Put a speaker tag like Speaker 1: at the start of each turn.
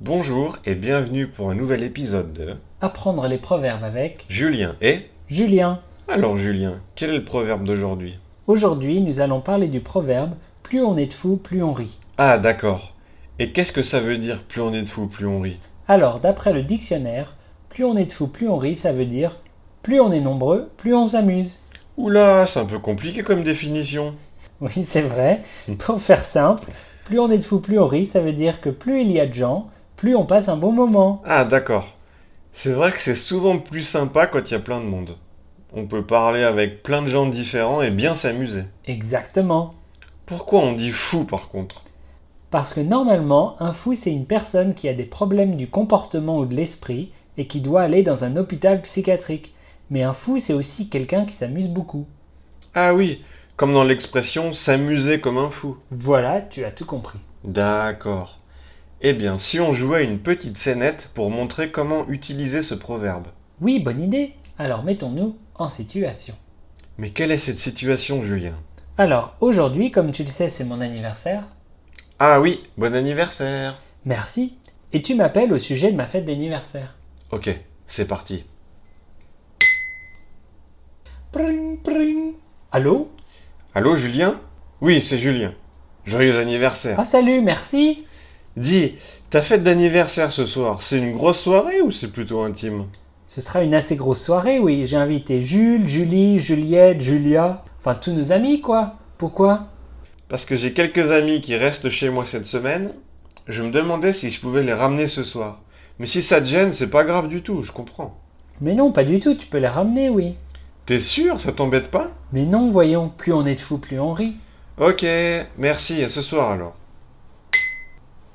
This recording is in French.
Speaker 1: Bonjour et bienvenue pour un nouvel épisode de
Speaker 2: Apprendre les proverbes avec
Speaker 1: Julien et...
Speaker 2: Julien.
Speaker 1: Alors Julien, quel est le proverbe d'aujourd'hui
Speaker 2: Aujourd'hui, nous allons parler du proverbe Plus on est de fou, plus on rit.
Speaker 1: Ah d'accord. Et qu'est-ce que ça veut dire plus on est de fou, plus on rit
Speaker 2: Alors, d'après le dictionnaire, plus on est de fou, plus on rit, ça veut dire plus on est nombreux, plus on s'amuse.
Speaker 1: Oula, c'est un peu compliqué comme définition.
Speaker 2: Oui, c'est vrai. Pour faire simple, plus on est de fou, plus on rit, ça veut dire que plus il y a de gens, plus on passe un bon moment.
Speaker 1: Ah d'accord. C'est vrai que c'est souvent plus sympa quand il y a plein de monde. On peut parler avec plein de gens différents et bien s'amuser.
Speaker 2: Exactement.
Speaker 1: Pourquoi on dit fou par contre
Speaker 2: Parce que normalement, un fou, c'est une personne qui a des problèmes du comportement ou de l'esprit et qui doit aller dans un hôpital psychiatrique. Mais un fou, c'est aussi quelqu'un qui s'amuse beaucoup.
Speaker 1: Ah oui, comme dans l'expression s'amuser comme un fou.
Speaker 2: Voilà, tu as tout compris.
Speaker 1: D'accord. Eh bien, si on jouait une petite scénette pour montrer comment utiliser ce proverbe.
Speaker 2: Oui, bonne idée. Alors mettons-nous en situation.
Speaker 1: Mais quelle est cette situation, Julien
Speaker 2: Alors, aujourd'hui, comme tu le sais, c'est mon anniversaire.
Speaker 1: Ah oui, bon anniversaire
Speaker 2: Merci. Et tu m'appelles au sujet de ma fête d'anniversaire.
Speaker 1: Ok, c'est parti.
Speaker 2: Pring, pring. Allô
Speaker 1: Allô, Julien Oui, c'est Julien. Joyeux anniversaire.
Speaker 2: Ah salut, merci.
Speaker 1: Dis, ta fête d'anniversaire ce soir, c'est une grosse soirée ou c'est plutôt intime
Speaker 2: Ce sera une assez grosse soirée, oui. J'ai invité Jules, Julie, Juliette, Julia. Enfin, tous nos amis, quoi. Pourquoi
Speaker 1: Parce que j'ai quelques amis qui restent chez moi cette semaine. Je me demandais si je pouvais les ramener ce soir. Mais si ça te gêne, c'est pas grave du tout, je comprends.
Speaker 2: Mais non, pas du tout. Tu peux les ramener, oui.
Speaker 1: T'es sûr Ça t'embête pas
Speaker 2: Mais non, voyons. Plus on est de fous, plus on rit.
Speaker 1: Ok, merci, à ce soir alors.